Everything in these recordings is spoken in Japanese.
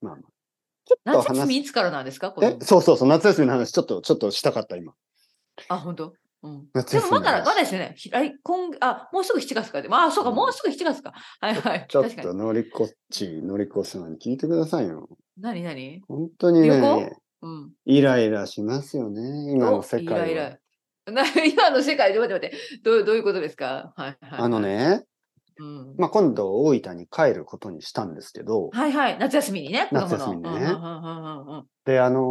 まあまあ。ちょっ夏と休み話いつからなんですかこえれ、。そうそうそう、夏休みの話、ちょっと、ちょっとしたかった、今。あ、本当。うん、夏で休もみまのだ、ま話だですよね。ひ来今あ、もうすぐ7月かで。まあ、そうか、うんもうすぐ7月か。はいはい。ちょっ確かと、に。のりこっち、のりこさん、聞いてくださいよ。何何本当に旅行ね、うん。イライラしますよね、今の世界はおイライ ラ。な今の世界で、待って待って。どうどういうことですかはいはい。あの。ね、うん。まあ、今度、大分に帰ることにしたんですけど、はいはい。夏休みにね。子供の夏休みにねうんうんうんうんうん。で、あのー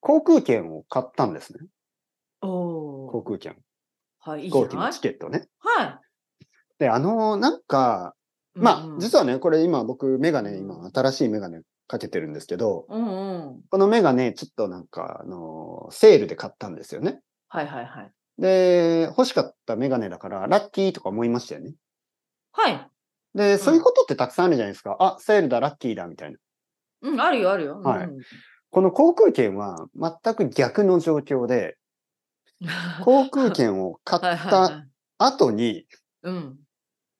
航空券を買ったんですね。お航ー空券。はい、いい飛じ行ゃ機なのいチケットね。はで、あのーなんか、い。まあ、は。実はね、これ今僕、メガネ、うん今、新しいメガネかけてるんですけど、うんうん。このメガネ、ちょっとなんか、あのーセールで買ったんですよね。はいはいはい。で、欲しかったメガネだから、ラッキーとか思いましたよね。はい。で、そういうことってたくさんあるじゃないですか。あ、セールだ、ラッキーだ、みたいな。うん、あるよあるよ。うんはいこの航空券は全く逆の状況 で、航空券を買はいはいっはたい。後に、うん。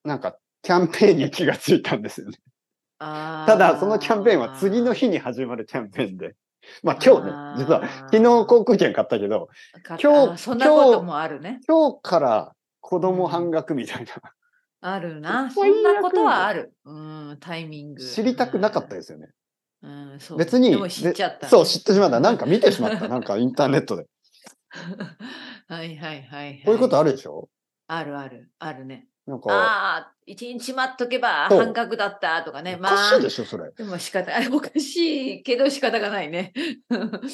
なんか、キャンペーンに気がついたんですよね。 たただ、そのキャンペーンは次の日に始まるキャンペーンで。まあ、今日ねあ、ー実は、昨日航空券買ったけど、今日日そんなこともあるね。今日から子供半額みたいな。あるな。そ最悪んなことはある。うん、タイミング。知りたくなかったですよね。うん、そう別にでも知っちゃった。でそう、知ってしまった。なんか見てしまった。なんかインターネットで。 はいはいはい、はい。こういうことああるでしょるある、あるね。なんか、ああ、一日待っとけばそう半額だったとかね。おまかしあい、でしょ、そ れ。でも仕方、あれおかしいけど仕方がな いね。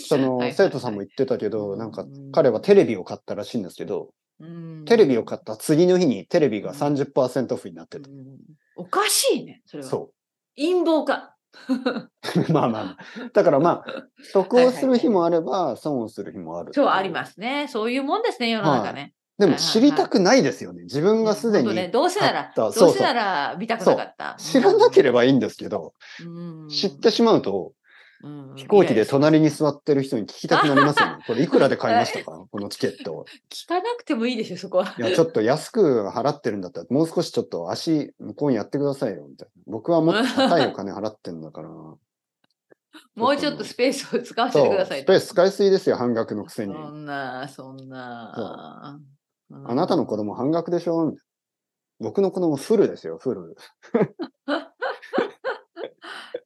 そのはいはいはい生徒さんも言ってたけど、なんうかん彼はテレビを買ったらしいんですけど、うんテレビを買った次の日にテレビがうん30%オフになってたう。んおかしいね、それは。そ陰謀か。う。 まあまあまあ。だから まあ、得をする日もあれば、損をする日もある。。そうありますすね。そういうもんですね、世の中ね。でも知りたくないですよね。自分がすでうん本当ね、にどうせなら、買どっうたそうせなら見たくなかった。知らなければ、ばいいんですけど、うん知ってしまうと、うん飛行機いやでいや隣に座ってる人に聞きたくなりますよ ね。これいくらで買いましたかこのチケット。聞かなくてもいいでしょ、そこは。いや、ちょっと安く払ってるんだったら、もう少しちょっと足、向こうにやってくださいよ、みたいな。僕はもっと高いお金払ってんだ から。 もうちょっとスペースを使わせてそくだう、さい。スペース使いすぎですよ、半額のくせに。そんな、そんな。うんあなたの子供半額でしょみたいな僕の子供フルですよ、フル。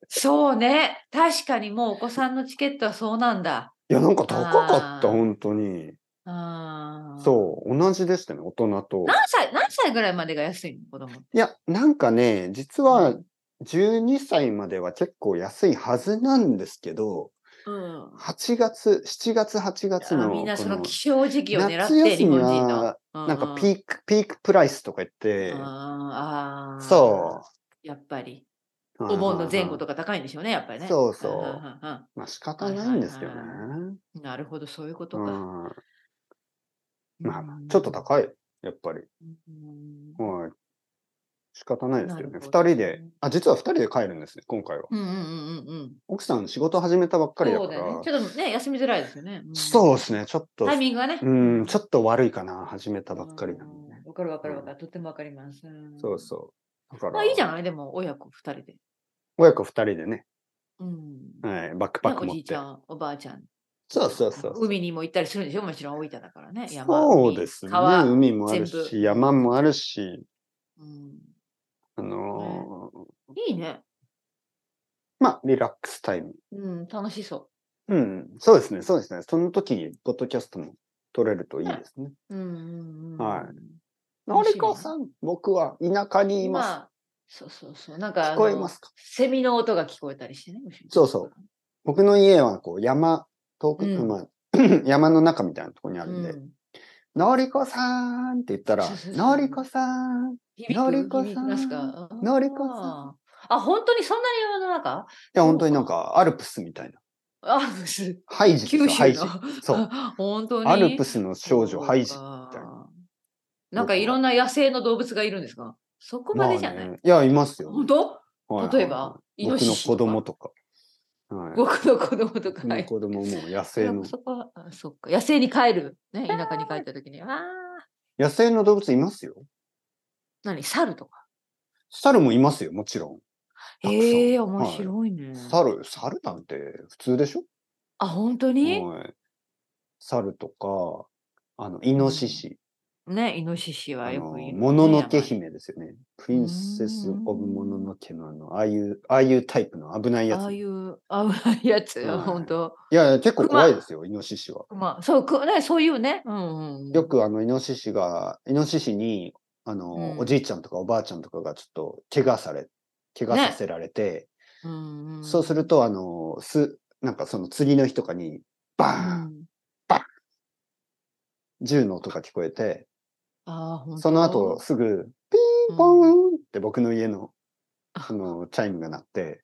そうね。確かにもうお子さんのチケットはそうなんだ。いや、なんか高かった、あー本当に。あーそう、同じでしたね、大人と。何歳、何歳ぐらいまでが安いの子供って。いや、なんかね、実うはん12歳までは結構安いはずなんですけど、うん。 8月、7月、8月あの。みんなそのこ気象時期を狙っ夏て、休日み本人の。は、なんかピーーク、ピークプライスとか言って、ああ。。そうやっぱり。う。お盆の前後とか。か高いんでしょうね、やっぱりね。そうそうんんんまあ仕方ないんですけどねはい。うんなるほど、そういうことうか。ん。まあまうあんちょっと高い、やっぱり。うんはい。仕方ないですけどね。な二るほど人で、あ、実は二人で帰るんですね、今回は。うんうんうんうんうん。奥さん仕事始めたばっかりだそかうだら。よね。ちょっとね、休みづらいですよね。うんそうですね、ちょっとタイ。ミングがね。うん、ちょっと悪いかな、始めたばっかりなうでんね。んわかるわかるわかる。とってもわかります。んそうそう。だから、まあいいじゃない、でも親子二人で。親子二人でね、うん。はい、バックパックね持おじっいちてゃ。ん、おばあちゃん。そうそうそう。海にも行ったりするんでしょもちろん大分だからね。そうですね。川。うん。海もある全部し、山もあるし、あのーいいね。まあ、リラックスタイム。うん、楽しそうん、そうですね、そうですね。その時に、ポッドキャストも取れるといいですね。う。うんうんうん。はいの楽しいりねこさん、僕は田舎にいます。あ、そうそうそう。なんか、聞こえますかあのセミの音が聞こえたりしてね。そうそう僕の家は、こう、山、遠く、うんまあ、 山の中みたいなところにあるうん。んで、のりこさんって言ったらそうそう、そうのりこさん。い響くのりこさん響きますかのりこさんあーあ、本当にそんなに山の中や、本当になんか、アルプスみたいな。アルプス。ハイジですよ九ハイ州ジ の。。そう。本当に。アルプスの少女、ハイジそ。うたいなかなんかいろんな野生の動物がいるんですかそこまでじゃない。まあねいや、いますよ。本当はい例えばはいはいイノシシとか僕の子供とか。はい。僕の子供とか。僕の子供も野生の。そこはあそっか野生に帰る、ね、田舎に帰った時に、ああ、野生の動物いますよ。何、猿とか。猿もいますよ、もちろん。たくさんへえ、はい面白いね。猿、猿なんて普通でしょあ、本当にはい、猿とか、あの、イノシシ、ね、イノシシあはよのくいる、ね。もののけ山に。姫ですよね。プリンセス・うオーブ・んもののけのあの、ああいう、ああいうタイプの危ないやああつ。い、いうああいうやつ、はい本当。やいや、結構熊怖いですよ、イノシシは。まあ、そう、くね、そういうね。うん、うん。よ。くあの、イノシシが、イノシシに、あの、うんおじいちゃんとかおばあちゃんとかがちょっと怪我され、怪我ねさせられて、うんうん、そうすると、あの、す、なんかその次の日とかに、バうーン、ん。銃の音が聞こえて、ああ、本当。その後、すぐ、ピンポーンって僕の家の、あの、チャイムが鳴って、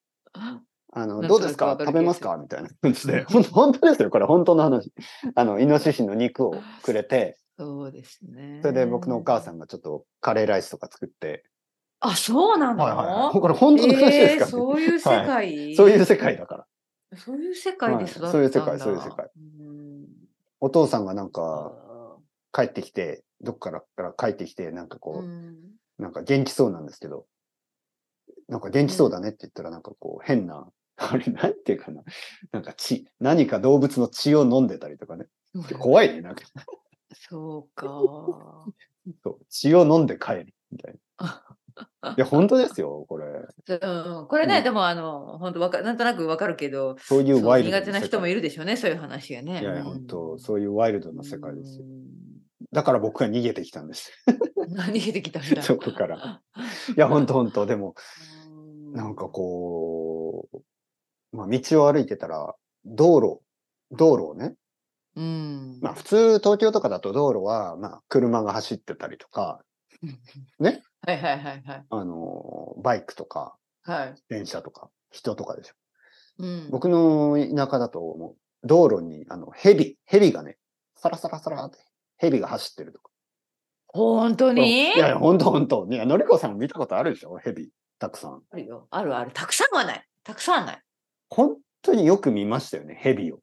あの、なんどとなくうですかわかる食気がべますかみたいな感じで、ほん本当ですよ、これ本当の 話。あの、イノシシの肉をくれて、そうですね。それで僕のお母さん。んがちょっとカレーライスとか作って、あ、そうなの、はいはいはい、これ本当の話ですからえー、そういう世界、そういう世界だから。そういう世界で育ったんはだ、いそういう世界そういう世界うん。お父さんがなんあか帰ってきて、どっからから帰ってきて、なんかーこう、うんなんか元気そうなんですけど、なんか元気そうだねって言ったらなんかこう変な、 あれなんていうかな、なんか血、何か動物の血を飲んでたりとかね。怖いね、なんか。そう か。そう血を飲んで帰るみたいあな。 いや、本当ですよ、これ。うん、これね、うんでもあの本当わかなんとなくわかるけどそういそうワうイルド苦手な人もいる。るでしょうねそういう話がね。いやいや、うん本当、そういうワイルドな世界ですよ。うんだから僕が逃げてきたんです。何出てきたん だそこ から。いや、本当本当でも、なんかこう、まあ、道を歩いてたら、道路、道路をね、うん。まあ、普通東京とかだと道路は、まあ、車が走ってたりとか、ね。はいはいはいはい。あの、バイクとか、はい。電車とか、人とかでしょ。うん、僕の田舎だと、もう、道路に、あの、蛇、蛇がね、サラサラサラって、蛇が走ってるとか。本当にいやいや、ほんとほんと。いや、のりこさんも見たことあるでしょ蛇、たくさん。あるよ。あるある。たくさんはない。たくさんはない。本当によく見ましたよね、蛇を。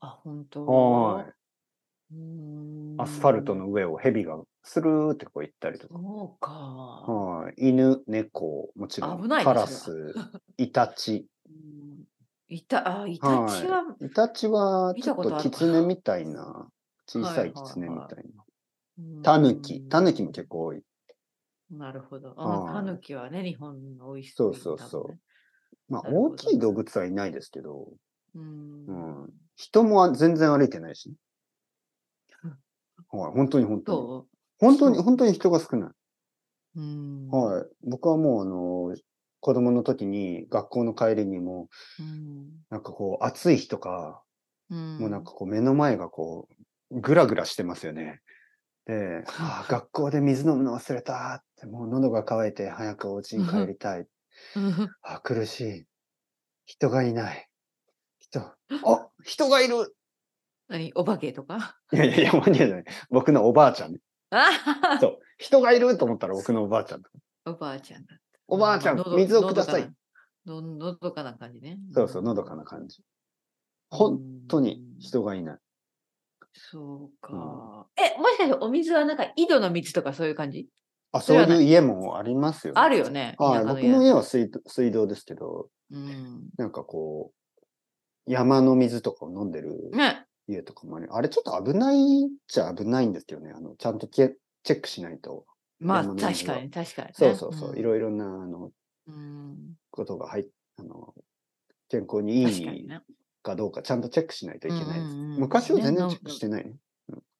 あ、本当。はうーんい。アスファルト。の上を蛇がスルーってこう行ったりとか。そうか。はい。犬、猫、もちろん、危ないですよカラス、 イタチ。うんいた、あ、いたちは、イタチは、見ちょたっこととあキるツネみたいな、小さいキツネみはたいな。うんタヌキ、タヌキも結構多い。なるほど。はあ、いタヌキはね、日本の美味しそそうう。そうそう多まあ、なるほ大どきい動物はいないですけど、分うね。んうん。人もあ全然歩いてないし、ね。はい、本当に本当に。そ本当に、本当に人が少ない。う。うん。はい。僕はもう、あの、子供の時に、学校の帰りにも、うん。なんかこう、暑い日とか、うん。もうなんかこう、目の前がこう、ぐらぐらしてますよね。で、ああ、学校で水飲むの忘れたって、もう喉が渇いて早くお家に帰りたい。うん。あ、苦しい。人がいない。人、あ、人がいる 何お化けとかいやいやいや、マニアじゃない。僕のおばあちゃん ね。あそう。人がいると思ったら僕のおばあちゃん。 おばあちゃんだ。おばあちゃん、喉水をください。。喉かなののどかな感じね。そうそう、のどかな感じ。本当に人がいない。そうか。え、もしかしてお水はなんか井戸の水とかそういう感じあ、そそうれいはないう家もありますよ、あるよ。ね。はい、田舎の僕家の家は水道水道ですけど、うん。なんかこう、山の水とかを飲んでるね。家とかもあり、あれちょっと危ないっちゃ危ないんですけどね。あの、ちゃんとけチェックしないと。まあ山の確水はかに確かにね。そうそうそう、いいろいろな、あの、ろ。うんことが入っあの、健康に確かいにいね。かどうかちゃんとチェックしないといけないです。うんうんうん昔は全ね然のチェックして ないね。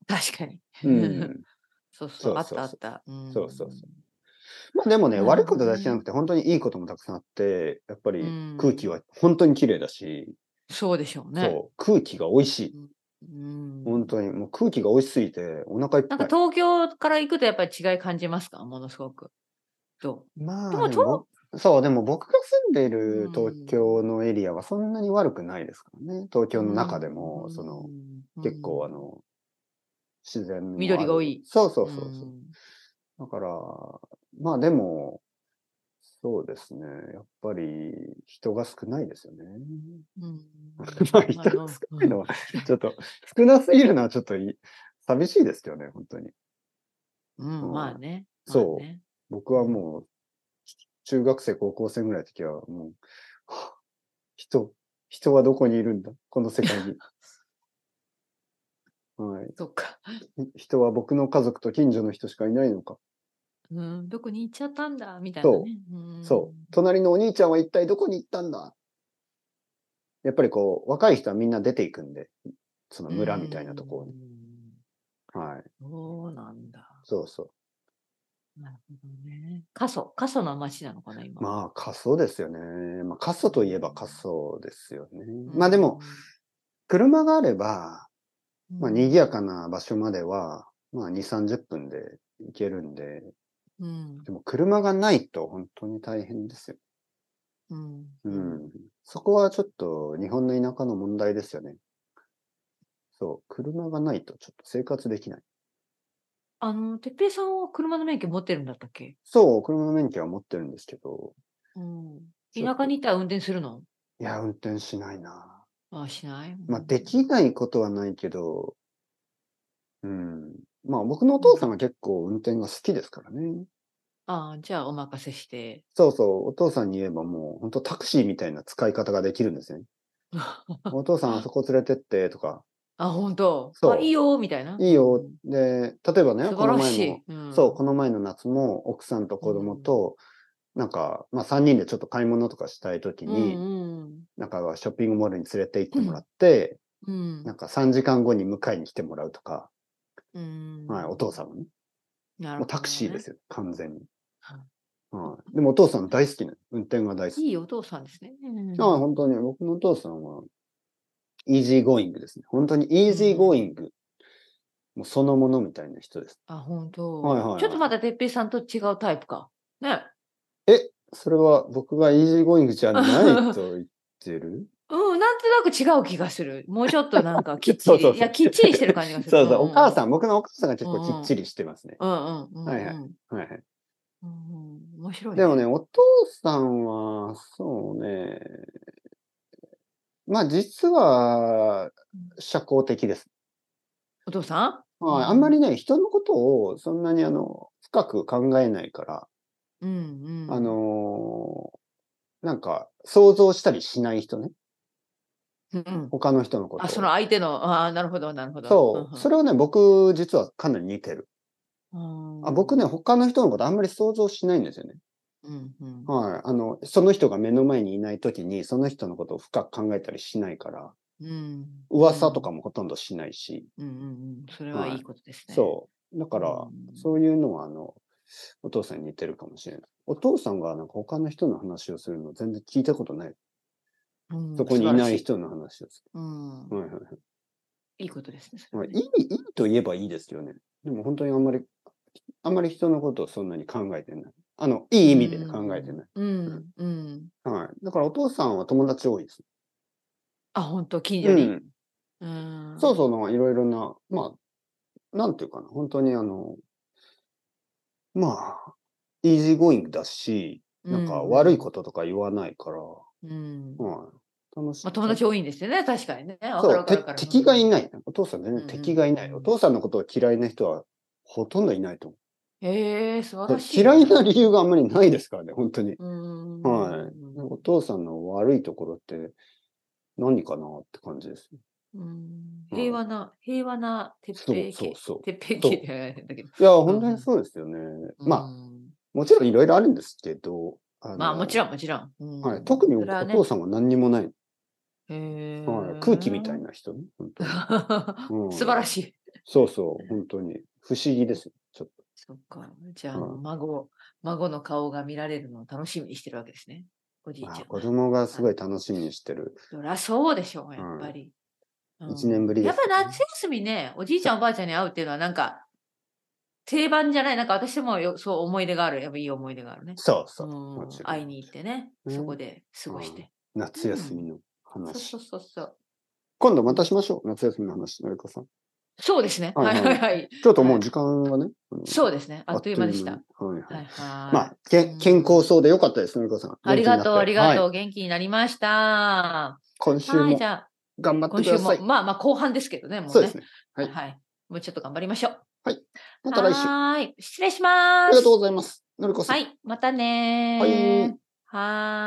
確かに。うん、 そうそう、そあうっそうそうたあった。んそうそうそうまあでもね、なるほど悪ねいことだけじゃなくて、本当にいいこともたくさんあって、やっぱりうん空気は本当に綺麗だし、そうでしょうね。そう、空気が美味しい。うん本当に、もう空気が美味しすぎて、お腹いっなぱんかい。東京から行くとやっぱり違い感じますかものすごく。どまあ、でもでも僕そう、でも僕が住んでいるうん東京のエリアはそんなに悪くないですからね。東う京の中でも、その、、結構あの、の、自然もある緑が多いそうそうそうそう。んだから、まあでも、そうですね。やっぱり人が少ない ですよね。うん まあ人が少ないのは、ちょっと、少なすぎるのはちょっとい寂しいですよね、本当に。うん、うんまあね。そうまあね僕はもう、中学生、高校生ぐらいの時は、もう、はあ人、人はどこにいるんだこの世界に。はい。そっか。ひ人は僕の家族と近所の人しかいないのか。うん、どこに行っちゃったんだみたいな、ね。んそう。隣のお兄ちゃんは一体どこに行ったんだやっぱりこう、若い人はみんな出ていくんで、その村みたいなところに。。はい。うんそうなんだ。そうそう。なるほどね。過疎、過疎の町なのかな、今。まあ、過疎ですよね。まあ、過疎といえば過疎ですよね。まあでも、車があれば、うん、まあ、賑やかな場所までは、まあ、2、30分で行けるんで、うん、でも車がないと本当に大変ですよ。うん、ううん。ん。そこはちょっと日本の田舎の問題ですよね。そう、車がないとちょっと生活できない。あの、てっぺいさんは車の免許持ってるんだったっけそう、車の免許は持ってるんですけど、うん。ちょ田っと舎にいたら運転するのいや、運転しないな。あ、しないまあ、うんできないことはないけど、うん。まあ、僕のお父さんが結構運転が好きですからね。あじゃあお任せして。そうそう、お父さんに言えばもう、本当タクシーみたいな使い方ができるんです よね。あ、お父さんあそこ連れてってとか、本当そうあ、いいよ、みたいな。いいよ。で、例えばうん。ね、素この晴ら前しいも、。うんそう、この前の夏も奥さんと子供と、なんか、まあ3人でちょっと買い物とかしたい時に、うんなんかショッピングモールに連れて行ってもらって、うんなんか3時間後に迎えに来てもらうとか、うん。はい、お父さんはね。ん。なるもうほどねタクシーですよ、完全に。ははい。でもお父さん大好きなの運転が大好き。いいお父さんですね。うんああ、本当に、僕のお父さんは、イージーゴーイングですね。本当にイージーゴーイング、もうそのものみたいな人です。あ、本当、はいはいはいちょっとまたてっぺいさんと違うタイプか。ね。それは僕がイージーゴーイングじゃないと言って るうん、なんとなく違う気がする。もうちょっとなんかきっち そり。うそうそういや、きっちりしてる感じがす る。そうそう、お母ん。さん、僕のお母さんが結構きっちりしてますね。うんうんうん、うん。はいはいはいはい。うんうん面白い、でもね、、お父さんは、そうね、まあ実は、社交的です。お父さんはい、うんあんまりね、人のことをそんなにあの、深く考えないから、うんうん。あ、のーなんか、想像したりしない人ね。うんうん、他の人のことを。あ、その相手の、ああ、なるほど、なるほど。そう。それ、れはね、僕、実はかなり似てる。うんあ僕ね、、他の人のことあんまり想像しないんですよね。うんうん、はい。あの、その人が目の前にいないときに、その人のことを深く考えたりしないから、うん。噂とかもほとんどしないし、うんうんうん。それはいいことですね。そう。だからう、んそういうのは、あの、お父さんに似てるかもしれない。お父さんがなんか他の人の話をするの全然聞いたことない。う。うん、そこにいない素人の話をす晴る。。らしい。うんはいはいいことですね。そまあ、れい、はいねいいと言えばいいですよね。でも本当にあんまり、あんまり人のことをそんなに考えてない。あの、いい意味で考えてない。。うん、うん。はい。だからお父さんは友達多いです。あ、本当近所うに。ん。うん。そうそうの、いろいろな、まあ、なんていうかな、本当にあの、まあ、イージーゴーイングだし、なんか悪いこととか言わないから、と。うん。はい。楽しい。まあ、友達多いんですよね、確かにね。わかるそわう、かてるわかる敵がいうんない。お父さん全然敵がいない。うんうんお父さんのことを嫌いな人はほとんどいないと思う。へえ素晴らしい。嫌いな理由があんまりないですからね、本当に。うん。はい。お父さんの悪いところって何かなって感じです。うんうん平和な、平和な鉄そう平そう家。そ鉄平そう家じゃないんだけど。う。いや、本当にそうですよね。うまあ、んもちろんいろいろあるんですけど。まあ、もちろろん、もちろん。うんはい、特におそれはね父さんは何にもない。へえはい、空気みたい。な人ね。本当にう ん素晴らしい。そうそう、本当に。不思議ですよ。ちょっそっか。じゃあ、うん孫、孫の顔が見られるのを楽しみにしてるわけですね。おじいと。ちゃんあは。子供がすごい楽しみにしてる。そりゃそうでしょう、やっぱり。うん一年ぶりでやすっよねぱ夏休みね、おじいちゃんおばあちゃんに会うっていうのはなんか、定番じゃない、なんか私でもよそう思い出がある、やっぱいい思い出があるね。そううそう。もんち、ろん会いに行ってね、ねそこで過ごして。夏休みのそう話。そうそうそう。今度またしましょう。夏休みの話、成子さん。そうですね。ははいいははいいはい。ちょっともう時間がね。あのそうですね。あっという間でした。は。はいはいいはい。まあ、けうんん健康そうでよかったです、のりこさん。ありがとう、ありがとう、う。はい元気になりました。は今週い、もじゃあ、頑張って今く週ださもい、。まあまあ、後半ですけどね、もうね。そうですね。はいはい。もうちょっと頑張りましょう。また来週。あはーい。失礼します。りがとうございます。のりこさん。はい、またねはー。いはーい。